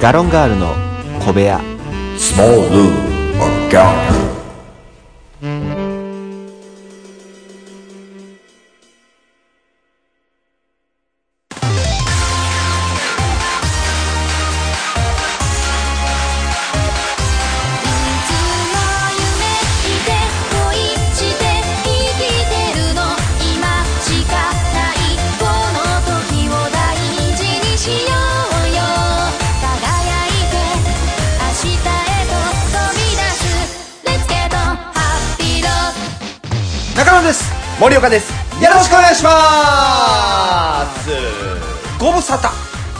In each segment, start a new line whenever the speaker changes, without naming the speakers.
ガロンガールの小部屋
Small Lou or Gallo.
いつも夢見て恋して生きてるの今しかないこの時を大事にしようよ輝いて明日へと飛び出す Let's get on happy road
中野です
森岡です
よろしくお願いしますご無沙汰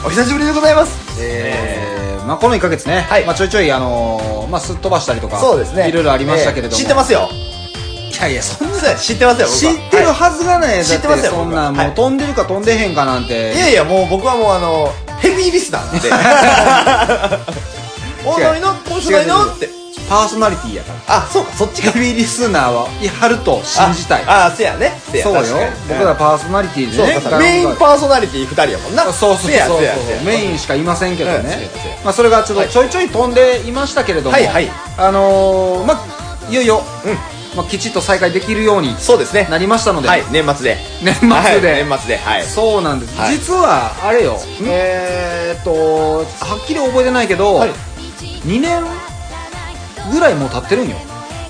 お久しぶりでございます
えーまあ、この1か月ね、
はい
まあ、ちょいちょい、あのーまあ、すっ飛ばしたりとか
そうですね
いろいろありましたけれども、
えー知ってますよ
いやいやそんな
知ってますよ
知
僕は
ってるはずがね、
い
だ
知ってますよ
そんな
僕は
もう飛んでるか飛んでへんかなんて、
いやいやもう僕はもうあのヘビーリスナー なんでおないの今週ないのって
パーソナリティやから
あそうかそっちか
ヘビーリスナーはいはると信じたい
ああせやねせや
そうよ
確かに
僕らパーソナリティで
そう
ね
かそうかメインパーソナリティ2人やもん な
そうそうそう
せやせやせや
そうメインしかいませんけど
うん
ね
そうやそう、
まあ、それがちょっ
は
と
い
ちょいちょい飛んでいましたけれども、
はいはい
あのーまあいよいよ、まあ、きちっと再開できるように
そうですね
なりましたので、
はい年末で
年末で、
はい年末ではい
そうなんです、
はい
実はあれよえー、っとはっきり覚えてないけど、
はい
2年ぐらいもう経ってるんよ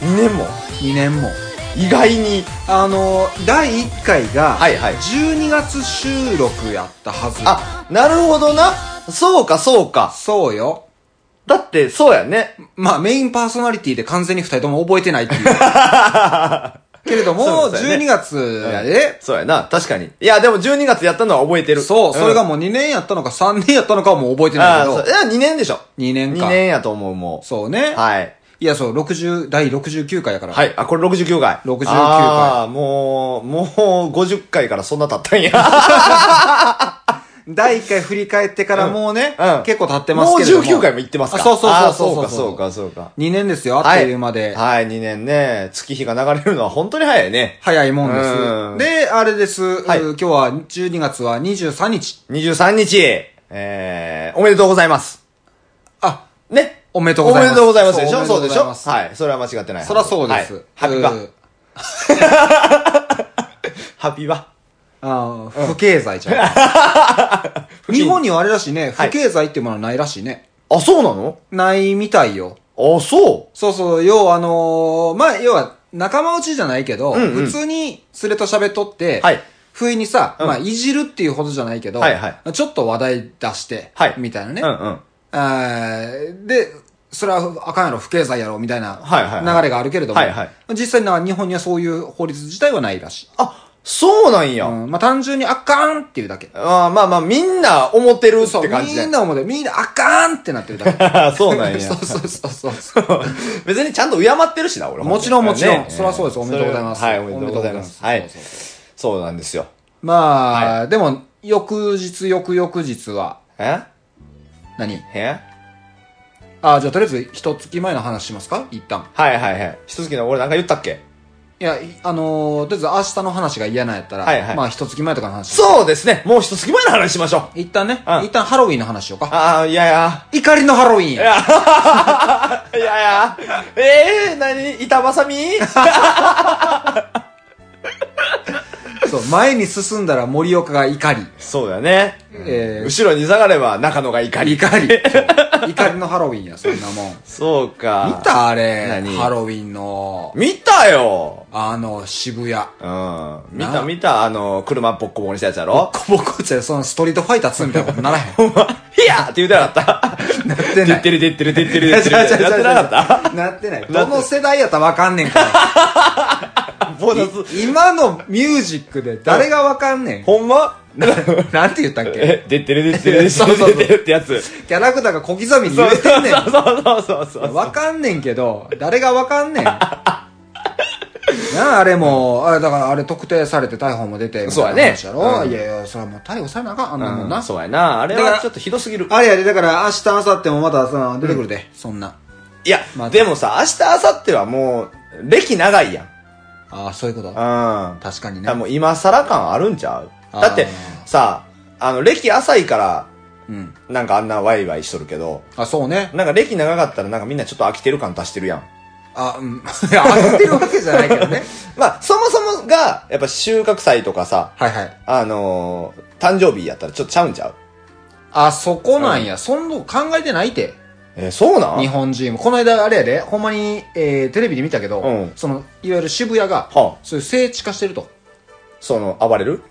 2年も
2年も
意外に
あの第1回が
はいはい
12月収録やったはず、
あなるほどなそうかそうか
そうよ
だってそうやね
まあメインパーソナリティで完全に2人とも覚えてないって いうけれど
そ
も、
うですよね
12月やで、
そうやな確かにいやでも12月やったのは覚えてる
そう、
ん
それがもう2年やったのか3年やったのかはもう覚えてな
あ
い
あ
け
そうい
ど、
や2年でしょ
2年
2
か。
年やと思うも
そうね。
うはい
いや、そう、60、第69回やから。
はい。あ、これ69回。
69回
ああ、もう、もう50回からそんな経ったんや。
第1回振り返ってからもうね、
うん
結構経ってますけれども。
もう19回も行ってますか
あそうそう
あー
そうそう
そうか、そうか、そうか。
2年ですよ、あっという間で。
はい、はい、2年ね。月日が流れるのは本当に早いね。
早いもんで
うん
す。で、あれです。
いう
今日は12月は23日。
23日、えー、おめでとうございます。
あ、
ね。
おめでとうご
お
ざい
め
ます。
でとうございますでしょ
そ
そううでしょはい。それは間違ってない。
そらそうです。
はいハピバ
う。ー
ハピバ。
ああ、不経済じ ゃん。日本にはあれらしいね、
はい
不経済っていうものはないらしいね。
あ、そうなの
ないみたいよ。
あ、そ
そうそう、要はあのーまあ、要は仲間内じゃないけど、
うんうん
普通に連れと喋っとって、
はい
不意にさ、
うん
まあ、いじるっていうほどじゃないけど、
はいは
ちょっと話題出して、
はい
みたいな
う
ね、
うんう
あ
ん。
ーで、それはあかんやろ、不経済やろ、みたいな
はいはいは
流
い
れがあるけれども、
はいはい
実際な日本にはそういう法律自体はないらしい。
あ、そうなんや。
うん、まあ、単純にあかんっていうだけ。
あーまあまあ、みんな思ってるって感
そ
じ
う
で
みん。な思って、みんなあかんってなってるだけ。
あー そうなん や。
そうそうそうそう。
別にちゃんと敬ってるしな、俺。
もちろんもちろん。
ね
そりゃそうです。おめでとうございます。
はい、おめでとうございます。は
おめで
い
とうございま。す
そうなんですよ。
まあ、でも、翌日、翌々日は、
え
何
え
あ、じゃあとりあえず、一月前の話しますか一旦。
はいはいはい。ひとつきの俺なんか言ったっけ
いや、いあのー、とりあえず明日の話が嫌なんやったら、
はいはい
まあ、一月前とかの話。
そうですね。もうひとつき前の話しましょう。
一旦ね、
うん
一旦ハロウィンの話しようか。
ああ、いやいや。
怒りのハロウィンや。
いやいや。ええー、なに板 挟み
そう、前に進んだら森岡が怒り。
そうだね。
えー
後ろに下がれば中野が怒り。
怒り。そう怒りのハロウィンや、そんな もん。
そうか。
見たあれ。
何
ハロウィンの、
見たよ
あの、渋谷。
うん。見
な
た見た、あの、車ボッコボコにしたやつやろ
ボコボコちゃうそのストリートファイター2みたいなことならへん。
お前、ヒヤーって言うてなかった。なって
ない
てるてってるてってる
や
てってる。 やってなかった
たなってない。どの世代やったらわかんねん から。
ボーナス。
い今のミュージックで誰がわかんねん。
ほんま
なんて言ったっけ
え、でってるでってるでって
そうそうそう
るでってるってやつ。
キャラクターが小刻みに揺れてんねん。
そうそうそうそう。
わかんねんけど、誰がわかんねん。なあ、あれも、あれだからあれ特定されて逮捕も出て、みたいな話やろ
そうやねうん
いやいや、それはもう逮捕されなあかん、あんなもん
う
な。
んそうやな。あれはちょっとひどすぎる。
あれやで、だから明日、明後日もまたさ、出てくるで、そんな。
いや
ま、あ
でもさ、明日、明後日はもう、歴長いやん。
ああ、そういうこと
うん。
確かに
だ
ね
から。もう今更感あるんちゃう
あー
だって、さ、あの、歴浅いから、
うん。
なんかあんなワイワイしとるけど、
あ、そうね。
なんか歴長かったらなんかみんなちょっと飽きてる感出してるやん。
あ、うん。 いや合ってるわけじゃないけどね。
まあ、そもそもが、やっぱ収穫祭とかさ、
はいはい。
あのー誕生日やったらちょっとちゃうんちゃう
あ、そこなんや。そんなの考えてないて。
えーそうなん
日本人も。この間あれやで、ほんまに、えーテレビで見たけど、
うん
その、いわゆる渋谷が、
はあ
そういう聖地化してると。
その、暴れる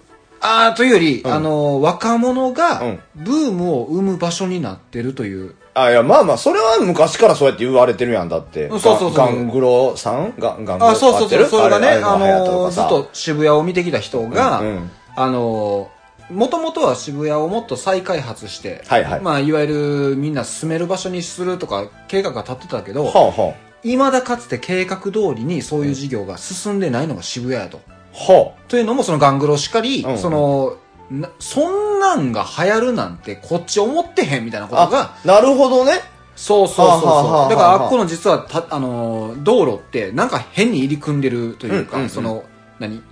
あーというより、
ん
あのー、若者
う
が
ん、
ブームを生む場所になってるという。
あ、いや、まあまあ、それは昔からそうやって言われてるやんだって。
うんそうそうそう
ガンガングロさんガン、ガングロ
あ、そうそうそう、それがね、あのー、
の
ずっと渋谷を見てきた人が、
うんうん
あのー、もともとは渋谷をもっと再開発して、
はいはい
まあ、いわゆるみんな住める場所にするとか計画が立ってたけど、
はあは
未だかつて計画通りにそういう事業が進んでないのが渋谷やと。
あ。はあ。
というのもそのガングロしかり、
うん
そのなそんなんが流行るなんてこっち思ってへんみたいなことが
あ、なるほどね。
そうそうそう
はあはあはあ
そ
はあ
うだからあっこの実はたあのー道路ってなんか変に入り組んでるというか、
うんうんうん
その何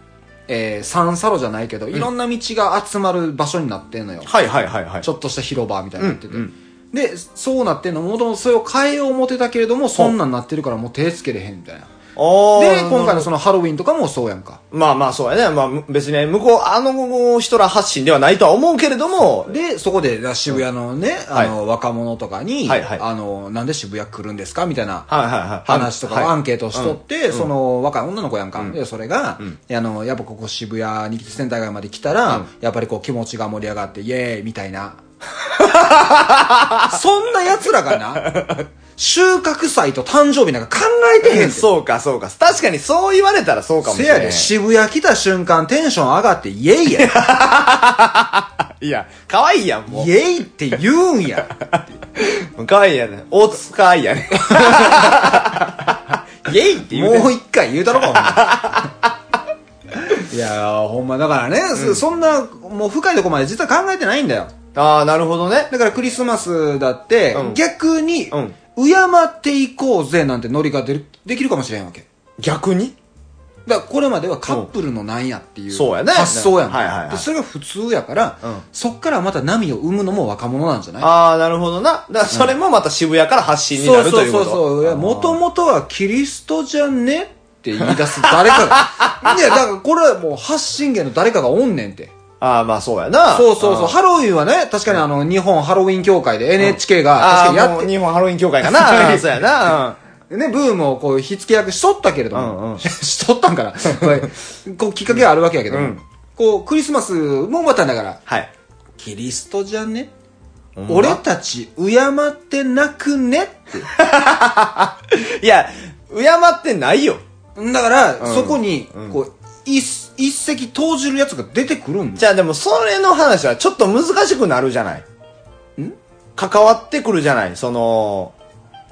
えー、三サロじゃないけど、いろんな道が集まる場所になってんのよ、
はいはいはいはい。
ちょっとした広場みたいになってて、
うんう
でそうなってんのもともとそれを変えよう思ってたけれどもそんなんなってるからもう手つけれへんみたいな
あ
で
ー
今回のそのハロウィンとかもそうやんか
まあまあそうやね。まあむ別にね、向こう、あの人ら発信ではないとは思うけれども、
で、そこで、だ渋谷のね、あの、若者とかに、
はいはい
あの、なんで渋谷来るんですかみたいな
はいはいはい。
話とかをアンケ
ケ
ートしとって、その若い女の子やんか。で、それが、あの、やっぱここ渋谷に来てセンター街まで来たら、やっぱりこう気持ちが盛り上がって、イエーイみたい な。そんな奴らがな、収穫祭と誕生日なんか考えてへんて
そうかそうか。確かにそう言われたらそうかも
せ
しれな
や
い。
で、渋谷来た瞬間テンション上がって、イエイ や。
いや、可愛いやん、も
イエイって言うんや。
う。可愛いやね。大塚 愛やね。イエイって言うね。
もう一回言うた ろか、お前いやー、ほんま、だからね、そそんな、もう深いとこまで実は考えてないんだよ。
ああ、なるほどね。
だからクリスマスだって、
うん
逆に、
うん
敬っていこうぜなんてノリが出るできるかもしれんわけ。
逆に
だからこれまではカップルのなんやっていう
うんそうやね
発想やんか、
はいはいはい
でそれが普通やから、
うん
そっからまた波を生むのも若者なんじゃない
ああ、なるほどな。だからそれもまた渋谷から発信になるということ。
そうそうそうそう。もともとはキリストじゃねって言い出す誰か が。いや、だからこれはもう発信源の誰かがおんねんって。
ああ、まあそうやな。
そうそうそう。
ん。
ハロウィンはね、確かにあの、日本ハロウィン協会で NHK が、確
あ
か
あ、
にや
も
っ
う
て、
日本ハロウィン協会か
は
な。
い
そうやな。うん
ね、ブームをこう、火付け役しとったけれども、
うんうん
しとったんかな。これこう、きっかけがあるわけやけども、
うん
こう、クリスマスもまただから、
はい。
キリストじゃね
んま
俺たち敬ってなくね
いや、敬ってないよ。
だから、
ん
そこに
うん、
こう、一一石投じるやつが出てくるん
じ
だ。
ゃあでもそれの話はちょっと難しくなるじゃない。ん関わってくるじゃない。その、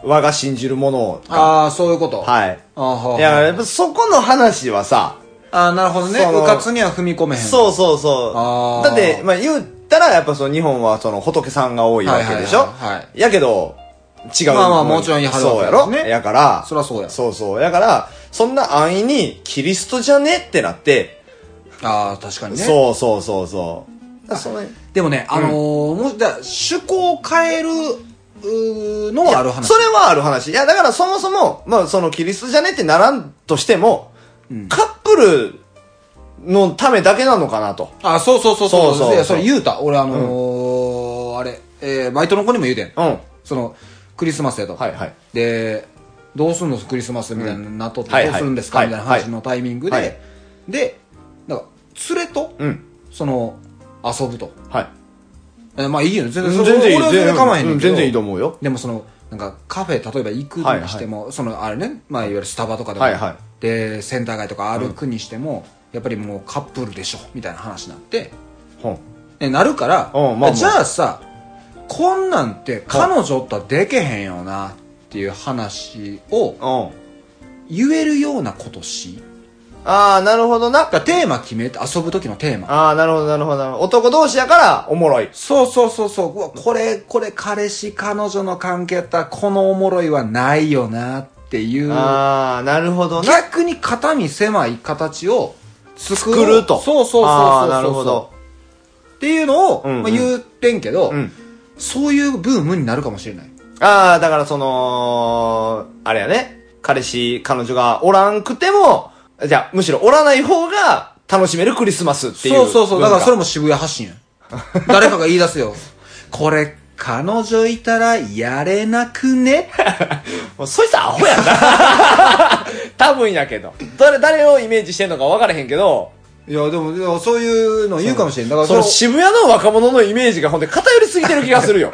我が信じるものを。
ああ、そういうこと。
はい。
あーはいあは
や、
あ
やっぱそこの話はさ、
あー、なるほどね。
その
うかつには踏み込めへん。
そうそうそ
あ
う。
ー
だって、まあ言ったらやっぱその日本はその仏さんが多いわけでしょ。
はいはいはいは
やけど、違う。
まあまあもちろんいはる
そうや
わ
ろ。
けですね
やから、
そりゃそうや。
そうそう。やから、そんな安易にキリストじゃねってなって、
ああ、確かにね。
そうそうそうそう。だからそれ
でもね、あのー、もし、だから趣向を変える、うーのはある話。
それはある話。いや、だからそもそも、まあ、そのキリストじゃねってならんとしても、カップルのためだけなのかなと。
あー、そうそうそうそう。
そうそうそう
いや、それ言うた。俺、あのーあれ、えーバイトの子にも言うてん。
うん。
その、クリスマスやと。
はいはい。
で、どうすんのクリスマスみたいになっとって、
うんはい
ど
は
う
い
するんですか、
はい
みたいな話のタイミングで、
はい
で、なんか、連れと、
うん。
その、遊ぶと。
はい。
えまあいいよね、全然、
全然いい。
俺は全然構わへんね
うんん
けど
全然いいと思うよ。
でもその、なんかカフェ、例えば行くにしても、その、あれね、まあいわゆるスタバとかでも、
はいはい
で、センター街とか歩くにしても、やっぱりもうカップルでしょ、みたいな話になって、
うん。
ねなるから、
うんまあまあ
じゃあさ、こんなんって彼女とはでけへんよな、っていう話を
うん。
言えるようなことし、
ああ、なるほどな
だ。からテーマ決めて、遊ぶ時のテーマ。
ああ、なるほど、なるほどなるほど。男同士やから、おもろい。
そうそうそうそう、うわこれ、これ彼氏、彼女の関係やったら、このおもろいはないよな、っていう。
ああ、なるほどな。
逆に型に狭い形を作ろう
作ると。
そうそうそうそうそう
ああ、なるほど。
っていうのを、
うんうん
まあ、言ってんけど、
うん
そういうブームになるかもしれない。
ああ、だからその、あれやね。彼氏、彼女がおらんくても、じゃあ、むしろおらない方が楽しめるクリスマスっていう。
そうそうそう。だからそれ
も。
も渋谷発信 や。誰かが言い出すよ。これ、彼女いたらやれなくね
もうそいつアホやな。 多分やけど。誰、誰をイメージしてんのか分からへんけど、
いや、でも、いやそういうの言うかもしれん。だから
そ
その
の、渋谷の若者のイメージがほんで偏りすぎてる気がす るよ。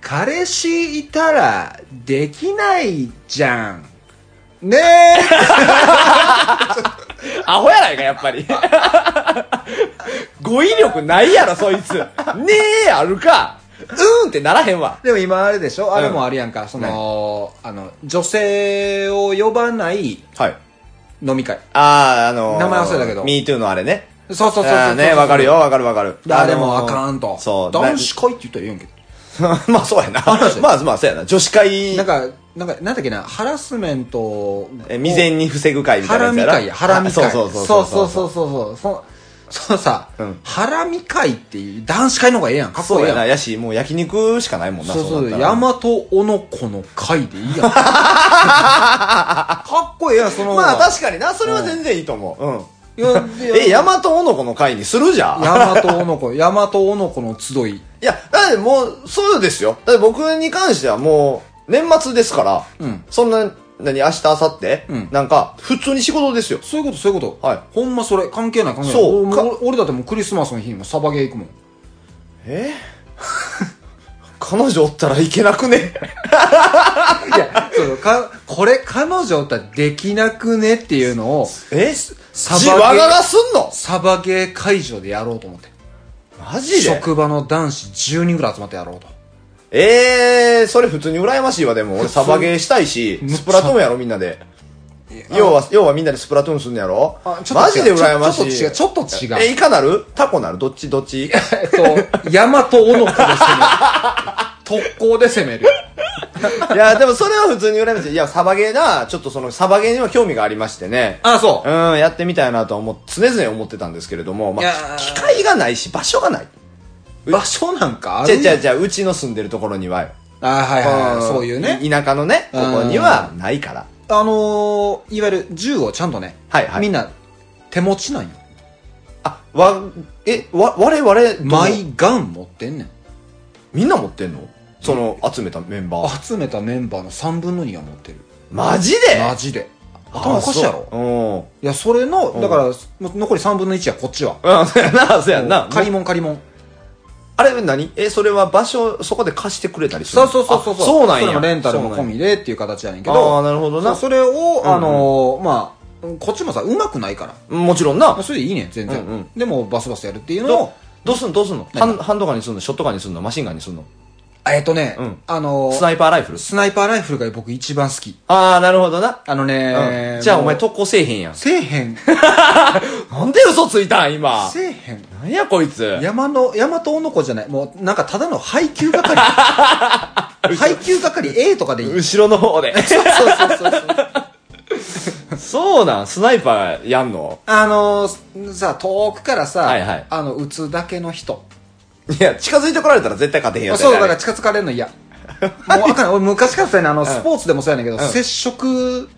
彼氏いたらできないじゃん。ねえ
アホやないか、やっぱり。 語彙力ないやろ、そいつ。ねえ、あるか。うんってならへんわ。
でも今あれでしょあれもあるやんか。その、あの、女性を呼ばない
はい。
飲み会。
ああ、あのー、
名前忘れたけど
MeToo のあれね。
そうそうそうそう
あーね、わかるよ、。わかるわかる。
あれ
の
も
ー
あかんと。
そう。
男子会って言ったらええやんけど。
な まあそうやな。
話
まあまあそうやな。女子会、
なんか、なんか、なんだっけな、ハラスメントを
え未然に防ぐ会みた
ハラ
いなやつ
ミ
やな。
会や、ハラミ会。
あそうそうそう
そうそうそうそうそそのさ、
うん
ハラミ会っていう、男子会の方がええやん。かっこ
そ
え
う
え
や
や
な。
ん。
やし、もう焼肉しかないもんな。
そうそ
な
う、
ったら
ヤマトオノコの会でいい やん。かっこええやん、その方が。
まあ確かにな、それは全然いいと思う。うん。
いやいや
え、ヤマトオノコの会にするじゃん。
ヤマトオノコ、ヤマトオノコの集い。
いや、だってもう、そうですよ。だって僕に関してはもう、年末ですから、
うん
そんな、何、明日、明後日、
うん
なんか、普通に仕事ですよ。
そういうこと、そういうこと。
はい
ほんまそれ、関係ない、関係ない。
そう
お
か
お俺だってもうクリスマスの日にもサバゲー行くもん。
え彼女おったらいけなくね
いや、そう、か、これ彼女ってできなくねっていうのを、
え
サバ
サ
ゲ
バガがすんの
サバゲー会場でやろうと思って。
マジで
職場の男子10人ぐらい集まってやろうと。
えー、それ普通に羨ましいわ、でも。俺サバゲーしたいし、
むっちゃ
スプラトゥーンやろ、みんなで。要は、要はみんなでスプラトゥーンすんのやろ
あちょっと違う
マジで羨ましい。
ちょちょっと違うちょっと違う
え、いかなるタコなるどっちどっち
えっと、ヤマトオノコで攻め る。特攻で攻める。
いや、でもそれは普通に羨ましい。いや、サバゲーな、ちょっとそのサバゲーには興味がありましてね。
あ、そうう。
ん、やってみたいなとは思っ、常々思ってたんですけれども、ま
いやー
あ、機会がないし、場所がない。
場所なんかあ
じ
る
ゃじゃじゃうちの住んでるところにはよ。
あ、はいはいはい。そういうね。
い田舎のね、ここにはないから。
あのー、いわゆる銃をちゃんとね、
はいはい
みんな手持ちなんよ。
あ、わ、え、わ、我々、
マイガン持ってんねん。
みんな持ってんのその、集めたメンバー。
集めたメンバーの3分の2が持ってる。
マジで
マジで。頭おかしいやろ
あそ
いや、それ
う
の、
ん
だから、もう残り3分の1はこっちは。
ううん。 うん、そうやな、そうやな。
借りもん借りもん。
あれ何え、それは場所、そこで貸してくれたりする
そうそうそうそう。
あそうなん
れ
や。
もレンタルも
そ
込
うなんや
みでっていう形やねんけ
ああ、
ど、
なるほど
そ
な
う。それを、
んうん
あのー、まあ、こっちもさ、うまくないから。
もちろん
ま
な
あ。それでいいねん、全
うんうん
然。でも、バスバスやるっていうの
ど
を、
どうすんのどうすんのハ
何
ンハンドガンにすんのショットガンにすんのマシンガンにすんの
えっとね
うん、
あの
ス
ー、
ナイパーライフル
スナイパーライフルが僕一番好き。
ああ、なるほどな。
あのね
うん、じゃあお前
と、
特攻せえへんやん。
せえへん、
なんで嘘ついたん今。
せえへん。
なんやこいつ。
山の、山との子じゃない。もう、なんかただの配給 係。配給係 A とかでいい。
後ろの方で。
そうそうそうそう。
そうなんスナイパーやんの
あのー、さ、遠くからさ、
はいはい
あの、撃つだけの人。
いや、近づいてこられたら絶対勝てへんやつや
そう、だから
あれ
近づかれるの嫌。もうあかんない。 俺昔からさ、あの、スポーツでもそうやねんけど、
ん
接触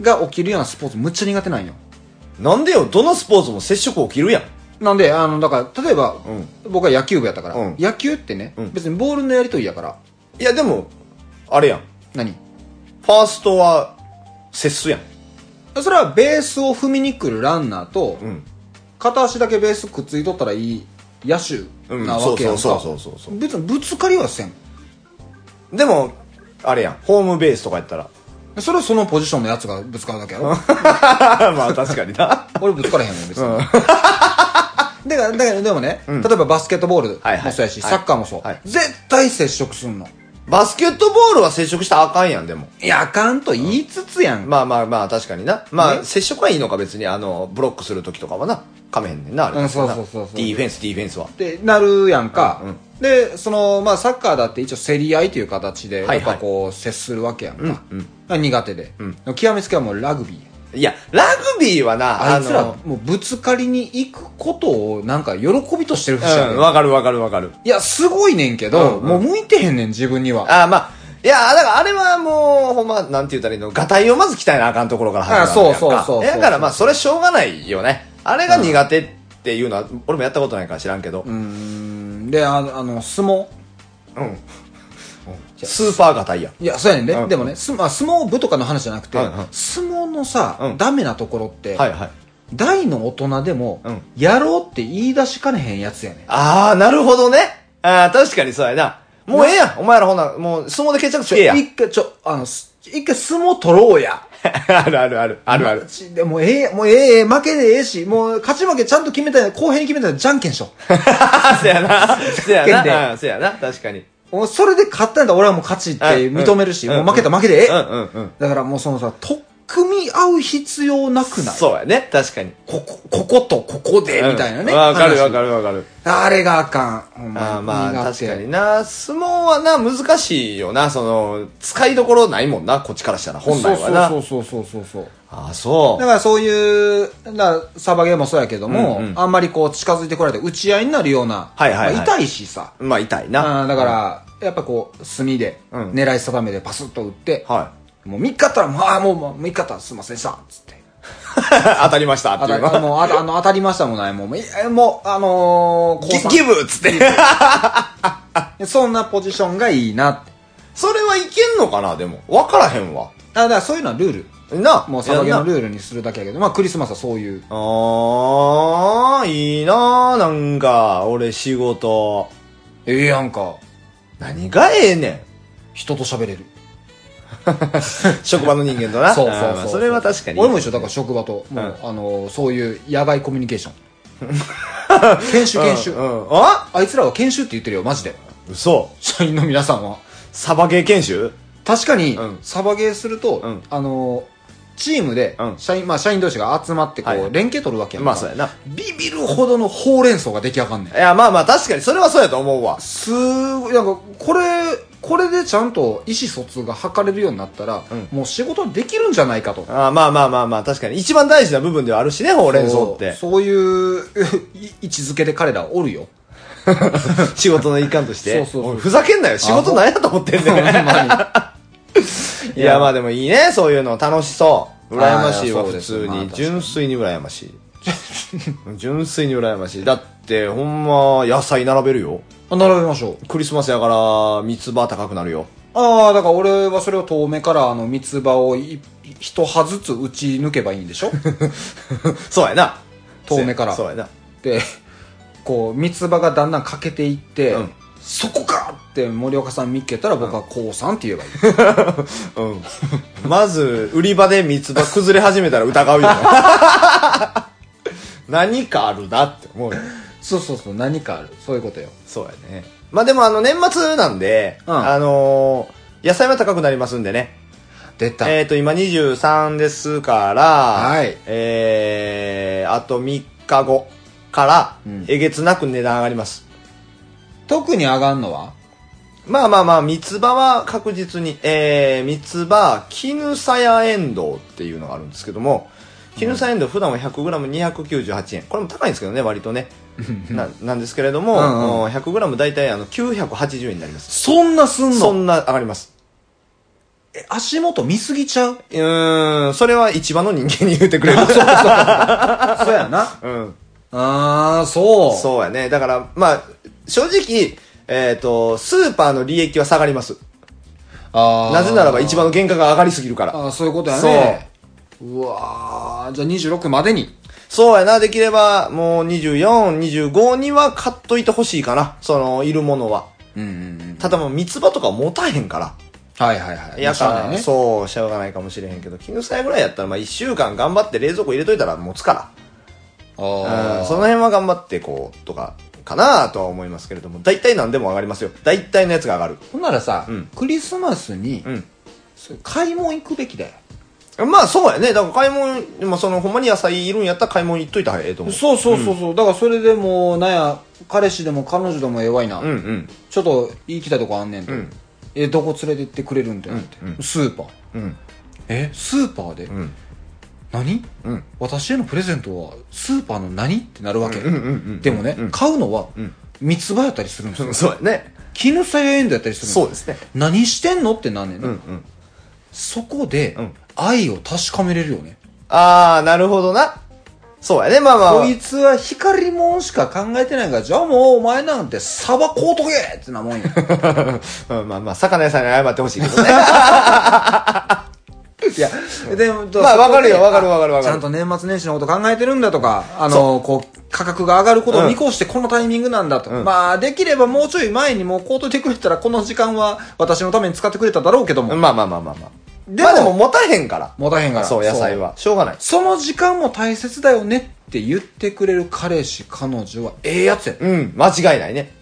が起きるようなスポーツむっちゃ苦手なんよ。
なんでよ、どのスポーツも接触起きるやん。
なんで、あの、だから、例えば、僕は野球部やったから、
うん
野球ってね、
うん
別にボールのやりとりやから、
いや、でも、あれやん。
何
ファーストは、接すやん。
それはベースを踏みに来るランナーと、
うん。
片足だけベースくっついとったらいい野手
うん
なわけやんか、
そうそうそうそうそう
別にぶつかりはせん。
でも、あれやん。ホームベースとかやった ら。
それはそのポジションのやつがぶつかるだけやろ。
まあ確かにな。
俺ぶつからへんもん別に、 だからだからでもね、
ん
例えばバスケットボールも
はいはい
そうやし、
はい
サッカーもそう、
はい
絶対接触すんの
バスケットボールは接触したらあかんやん、でも。
いやあかんと言いつつやん、
まあまあまあ、確かにな。まあ、
ね
接触はいいのか、別に。あの、ブロックするときとかはな。かめへんねんな、あれ。
うんそうそうそうそう
ディフェンス、ディフェンスは。
ってなるやんか、
うんうん
でそのまあサッカーだって一応競り合いという形で
はいは
や
い
っぱこう接するわけやんか、
うん
苦手で、
うん
極めつけはもうラグビー
いや、ラグビーはな、
あいつら
の、
もうぶつかりに行くことをなんか喜びとしてる節あ
う
るや
ん、
ん
わかるわかるわかる。
いやすごいねんけど、
うんうん
もう向いてへんねん自分には
あーまあ、いや、だからあれはもう、ほんま、なんて言ったらいいの、がたいをまず鍛えなあかんところから始まるやんか。
あーそうそうそうそう
だからまあ、それしょうがないよね。あれが苦手っていうのは、俺もやったことないから知らんけど、うん。
うんでああの相撲
スーパーがたいやん。
いやそうやねんね、
うん
でもねす、まあ、相撲部とかの話じゃなくて、
はいはい
相撲のさ、
うん
ダメなところって、
はいはい。
大の大人でも、
うん
やろうって言い出しかねへんやつやねん
ああ、なるほどね。ああ、確かにそうやな。もうええやん。お前らほな、もう相撲で決着つけえや。
一回ちょあのす一回相撲取ろうや
あるあるある。あるあ る。
ちでもうええもうええ負けでええしもう勝ち負けちゃんと決めたい公平に決めたいじゃんけんしよ
あ、そうやな。そうや
剣で
な。うん、そうやな。確かに。
うもうそれで勝ったんだ俺はもう勝ちって認めるし、
うんうん
もう負けた負けでええ、
うんうんうん。
だからもうそのさ取っ組み合う必要なくない
そうやね。確かに。
こここことここでみたいなね、
うんわかるわか
る
るわかる。
あれがあかんほんまに
あーまあ
苦手
確かにな相撲はな難しいよなその使いどころないもんなこっちからしたら本来はな
そうそうそうそうそうそう
あーそ
だからそういう、だからサバゲーもそうやけども、
うんうん
あんまりこう近づいてこられて打ち合いになるような、
はいはいはい
まあ痛いしさ。
うまあ痛い
あ
な
ーだから、やっぱこう、炭で、
うん
狙い定めでパスッと打って、
はい
もう3日ったら、まあもう、もう3日ったらすいませんでした、つって。
当たりましたって
あ
いう
たあ
の
もうあたあの当たりましたもんない、もう、もういやもうあのー、降参
ギギブっつって
そんなポジションがいいなって。
それはいけんのかなでも分からへんわ
あだからそういうのはルール。
な
もうサバゲーの
ル
ルールにするだけやけど、まあクリスマスはそういう。
あーいいなーなんか俺仕事
ええやんか。
何がええねん
人と喋れる。
職場の人間と な
そうそうそう
あーまあそれは確かに
俺も一緒だから職場と、もう、
ん
あのそういう野外コミュニケーショ ン研修研修、
うんうんあ
あいつらは研修って言ってるよマジで
嘘
社員の皆さんは
サバゲー研修
確かに、
うん
サバゲーすると、
うん
あのチームで、
うん
社員まあ社員同士が集まってこう、
はいはい
連携取るわけやんか
まあそうやな
ビビるほどのほうれん草が出来上がんねん
いや、まあまあ、確かに、それはそうやと思うわ。
すごいなんかこれこれでちゃんと意思疎通が図れるようになったら、
うん
もう仕事できるんじゃないかと
あーまあまあまあまあ、確かに。一番大事な部分ではあるしね、ほうれん草って。
そうそういうい位置づけで彼らはおる よ
仕事の一環とし
そう
て。
そうそう
おいふざけんなよ。仕事なんやと思ってんね
ほん
ん。
まに
いや、まあでもいいね、そういうの。楽しそう。羨ましいわ、
あーいやそう
普
です
通
まあ
に。
確かに
純粋に羨ましい。純粋に羨ましい。だって、ほんま、野菜並べるよ。
あ並べましょう
クリスマスやから、三つ葉高くなるよ。
ああだから俺はそれを遠目からあの三つ葉をい一葉ずつ打ち抜けばいいんで しょ
そうやな。
遠目から
そうやな。
でこう三つ葉がだんだん欠けていって、
うん
そこかって森岡さん見っけたら僕は「こうさん」って言え ばいい、
うん。まず、売り場で三つ葉崩れ始めたら疑うよね。何かあるなって思うよ。
そうそうそう何かあるそういうことよ
そうやね。まあでもあの、年末なんで、
うん
あのー野菜は高くなりますんでね。
出た、
えっ、と、今23ですから、
い
えー、あと3日後から、
うん
えげつなく値段上がります。
特に上がんのは
まあまあまあ、三つ葉は確実に、えー、三つ葉、絹さやエンドウっていうのがあるんですけども、絹さやエンドウ普段は 100g298 円。これも高いんですけどね、割 とね。ななんですけれども、
うんうん
うん 100g 大体あの980円になります。
そんなすん
そんな上がります。
え足元見すぎちゃう
うーん、それは一番の人間に言ってくれる。
そうやな
うん。
ああそう
そうやね。だから、まあ、正直、えっ、と、スーパーの利益は下がります。
あー
なぜならば一番の原価が上がりすぎるから。
あーそういうことやねうわーじゃあ26までに
そうやな、できれば、もう24、25には買っといてほしいかな。その、いるものは。
うんうんうん
ただもう三つ葉とか持たへんから。
はいはいはい。
や
しゃ
か
あ
ら、
ないね。
そう、しょうがないかもしれへんけど、絹さやぐらいやったら、まあ1週間頑張って冷蔵庫入れといたら持つか
あ
ら。うん、
ー
その辺は頑張ってこう、とか、かなとは思いますけれども、大体何でも上がりますよ。大体のやつが上がる。
ほんならさ、
うん
クリスマスに、
う
そういう買い物行くべきだよ。
ん。まあそうやね。だから買い物、まあその、ほんまに野菜いるんやったら買い物行っといたらええと思う。
そうそうそうそう。だからそれでもう、なんや、彼氏でも彼女でもええわいな。
うんうん。
ちょっと行きたいとこあんねんと。
うん
え、どこ連れてってくれるんだよって、
うんうん
スーパー。
うん。
えスーパーで、
ん
何、
うん
私へのプレゼントはスーパーの何ってなるわけ、
うんうんうんうん
でもね、
うん
買うのは
ん
三つ葉やったりするんですよ
そうやね。
絹さやエンドやったりするん
そうですね。
何してんのってなんねん
う
な、
んうん。
そこで、
うん
愛を確かめれるよね
あー、なるほどな。そうやね、まあまあ。
こいつは光もんしか考えてないからじゃあもうお前なんてサバこうとけってなもん よ
うんまあまあ、魚屋さんに謝ってほしいけどね。
いやでも
まあ
そこで
わかるよわかるわかるわかる
ちゃんと年末年始のこと考えてるんだとかあのこう価格が上がることを見越してこのタイミングなんだと、
ん
まあできればもうちょい前にもうこうといてくれたらこの時間は私のために使ってくれただろうけども、
まあまあまあまあまあ。
でも
まあでも持たへんから。
持たへんから
そう、野菜は。しょうがない。
その時間も大切だよねって言ってくれる彼氏彼女はええやつや、
うん、間違いないね。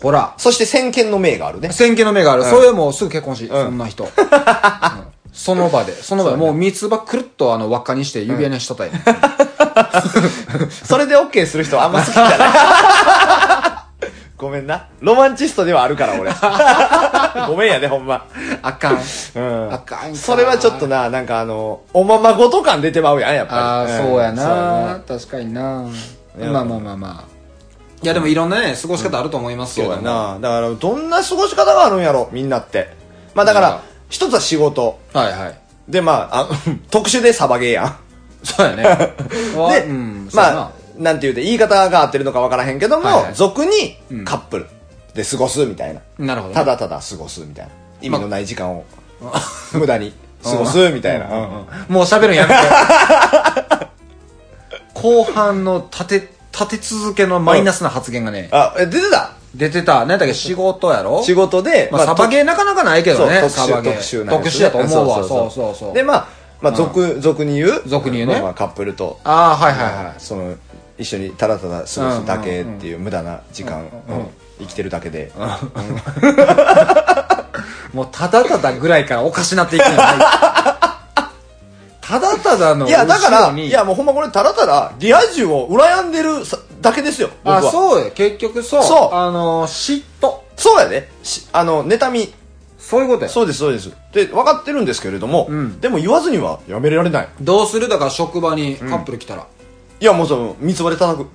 ほら
そして先見の明があるね。
先見の目がある。それもうすぐ結婚し、そんな人。うんその場で、その場で、
そうね
もう三つ葉くるっとあの輪っかにして指輪にした たい。
それで OK する人はあんま好きじゃない。 ごめんな。ロマンチストではあるから、俺。 ごめんやね、ほんま。
あかん。
うん。
あかんか
それはちょっとな、なんかあの、おままごと感出てまうやん、やっぱり。
ああ、
ん
そうやな。確かにな。まあまあまあまあ。いや、でもいろんなね、過ごし方あると思いますけ
そう
れど
や
も。
な。だから、どんな過ごし方があるんやろ、みんなって。まあだか
なん
ら
か、
一つは仕事。
はいはい。
で、まあ、 あ特殊でサバゲーやん。
そう やね。
で、
うんそうや
まあ
な、
なんて言うて、言い方が合ってるのかわからへんけども、
はいはい
俗にカップルで過ごすみたいな。
なるほどね
ただただ過ごすみたいな。意味のない時間を、 無駄に過ごすみたいな。うんうん
もう喋るんやめて。 後半の立て、立て続けのマイナスな発言がね、
あ、え出てた
出てた。何だっけ、仕事やろ
仕事で、
まあ、サバゲーなかなかないけどね。
そう
サバゲー
特殊特殊なん
特
です
殊や
ね
と思うわ。
ん
そうそうそう。
で、まあ、まあ、俗、俗に言う。
俗に言うね
まあまあ、カップルと。
ああ、はいはいはい。
その一緒にただただ過ごすだけっていう無駄な時間うん生きてるだけで
もう、ただただぐらいからおかしなっていくんじゃ ないただただの
いやだか
後ろ
ら
に
いやもうほんまこれただただリア充を羨んでるさだけですよ僕
あ、
はそう
そうよ。結局そう。
そう
あのー、嫉妬。
やねしあの妬み
そういうことや。
そうですそうですで分かってるんですけれども、
ん
でも言わずにはやめられない
どうするだから職場にカップル来たら。
いやもうその三つ葉で 叩く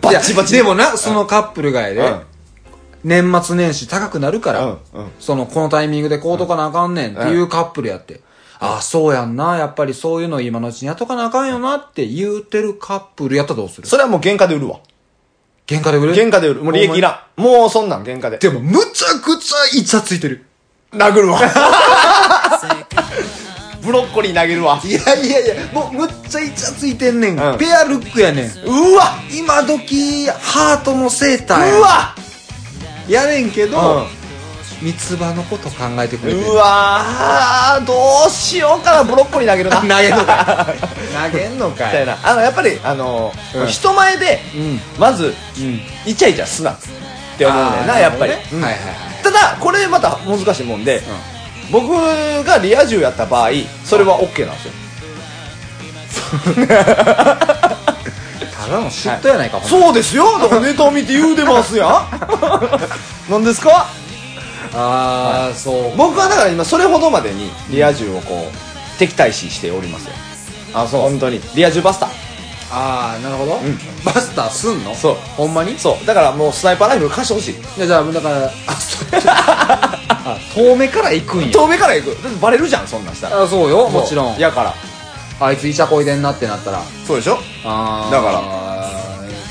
バッチバチ
いやでもな、そのカップルがやで、
うん
年末年始高くなるから、
うんうん
その、このタイミングでこうとかなあかんねんっていうカップルやって。ああ、そうやんな。やっぱりそういうの今のうちにやっとかなあかんよなって言うてるカップルやったらどうする
それはもう原価で売るわ
原価で売る
原価で売るもう利益いらんもうそんなん原価で
でも、むちゃくちゃイチャついてる。
殴るわ ブロッコリー投げるわ
いやいやいや、もう、むっちゃイチャついてんねん。
うん
ペアルックやねん。
うわ
今時、ハートのセーターや。
うわ
やねんけど、
うん
三つ葉のこと考えてくれてる
うわーどうしようかなブロッコリー投 げるな
投
み
げんのかい 投げんのか
た
い
いなあのやっぱりあの、
うん
人前で、
う
まず、
ん
イチャイチャすなって思うねん
あ
な
ー
やっぱり、
なるほどね
うん
はいはいは
ただこれまた難しいもんで、僕がリア充やった場合それは OK なんですよ
ただの嫉妬やないか、ほんま
そうで すよだからネタを見て言うてますやんなんですか
ああそう
僕はだから今それほどまでにリア充をこう敵対視しておりますよ
あそう
本当にリア充バスター
ああなるほど、バスターすんの
そう
ほんまに
そうだからもうスナイパーライフル貸してほしい
いやじゃあだからあそう あ遠目から行くんや
遠目から行くだってバレるじゃんそんなんしたら
あそうよ
そう
もちろん
やから
あいつイチャこいでんなってなったら
そうでしょ
ああ
だから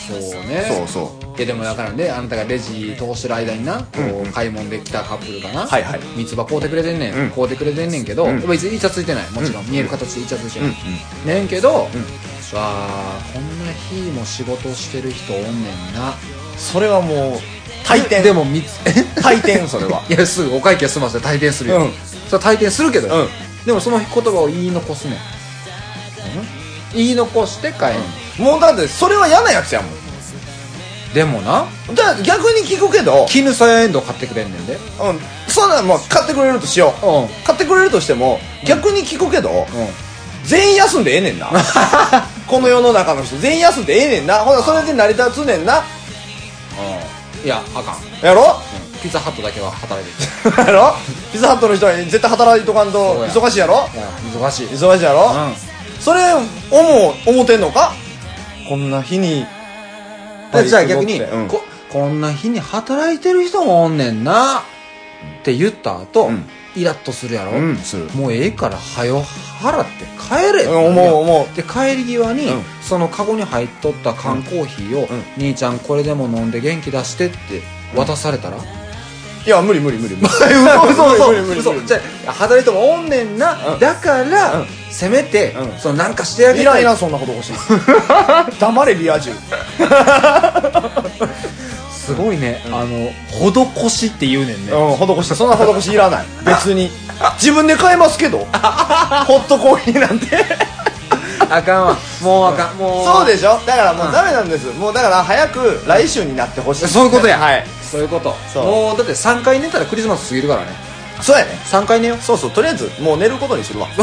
そうね
そうそう
いやでもだからねあなたがレジ通してる間にな、こう買い物できたカップルがな、
はいはい
三つ葉買うてくれてんねん、
うん
買うてくれてんねんけど、やっぱいつイチャついてないもちろん、見える形でイチャついてない、ねんけど、わあこんな日も仕事してる人おんねんな
それはもう退店
でも三つえ
退店それは
いやすぐお会計済ませて退店するよ、
うん
それは退店するけど、
うん
でもその言葉を言い残すねん、言い残して帰んねん、
もうだってそれは嫌なやつやもん
でもな
だから逆に聞くけど、
絹さやエンドウ買ってくれんねんで
うん、そんなんもう買ってくれるとしよう、
うん
買ってくれるとしても逆に聞くけど、全員休んでええね んなこの世の中の人全員休んでええねんなほなそれで成り立つねん
う
な
んいやあかん
やろ
ピザハットだけは働いてる
やろピザハットの人は絶対働いとかんと
そうや
忙しいやろ
忙しい
忙しいやろ、
うん
それをも思ってんのかこんな日に
でじゃあ逆に、
うん
ここんな日に働いてる人もおんねんなって言った後、
うん
イラッとするやろ、
うんする
もうええからはよ払って帰れって
うん思う思
で帰り際に、
うん
そのカゴに入っとった缶コーヒーを、
うん
兄ちゃんこれでも飲んで元気出してって渡されたら、
ういや無理無理無 理無理
そうそう
無理無理無理無理
そうじゃあ働いてもおんねんな、
うん
だから、
うん
せめて、
うん
そのなんかしてあげ
い
た
ら
い
んいらんそんなこと 欲しい黙れリア充
すごいね、あの施しって言うねんね、
うん、施しそんな施しいらない 別に自分で買えます けどホットコーヒーなんて
あかんわもうあかん、もう
そうでしょだからも
うん
うダメなんです、もうだから早く来週になってほしい
そういうことや
はい
そういうこと
そう
もうだって3回寝たらクリスマス過ぎるからね
そうやね
3回寝よ
そうそうとりあえずもう寝ることにするわ
う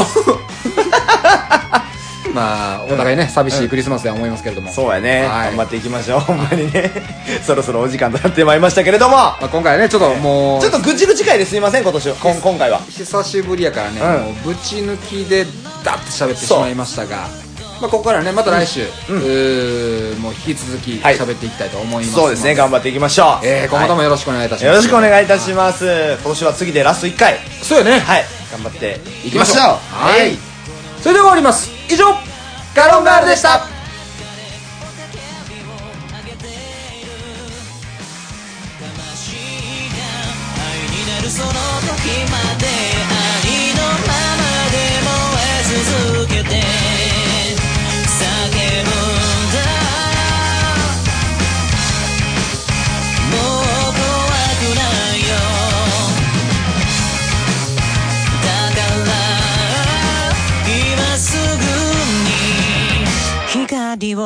まあお互いね寂しいクリスマスでは思いますけれども
そうやね、
はい
頑張っていきましょうほんまにね そろそろお時間となってまいりましたけれども
まあ今回はねちょっともう
ちょっとぐちぐち会ですいません今年こん今回は
久しぶりやからね
うん
もうぶち抜きでダッと喋ってしまいましたがまあここからねまた来週
うんうん
うーもう引き続き
はい
喋っていきたいと思います
そうですね頑
張
張っていきましょう
えー今後とも
は
よろしくお願いいたし
い
ます
よろしくお願いいたし
ま
ます今年は次でラスト1回
すそうよね
はい頑張ってい
い
きましょう
はいそれでは終わります以上ガロンガールでした
その時まで愛のままで燃え続けて叫ぶんだもう怖くないよだから今すぐに光を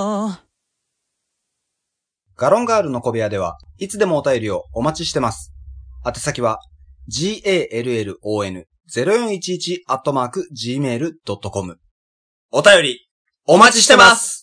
ガロンガールの小部屋では、いつでもお便りをお待ちしてます。宛先は、gallon0411-gmail.com。
お便りお待ちしてます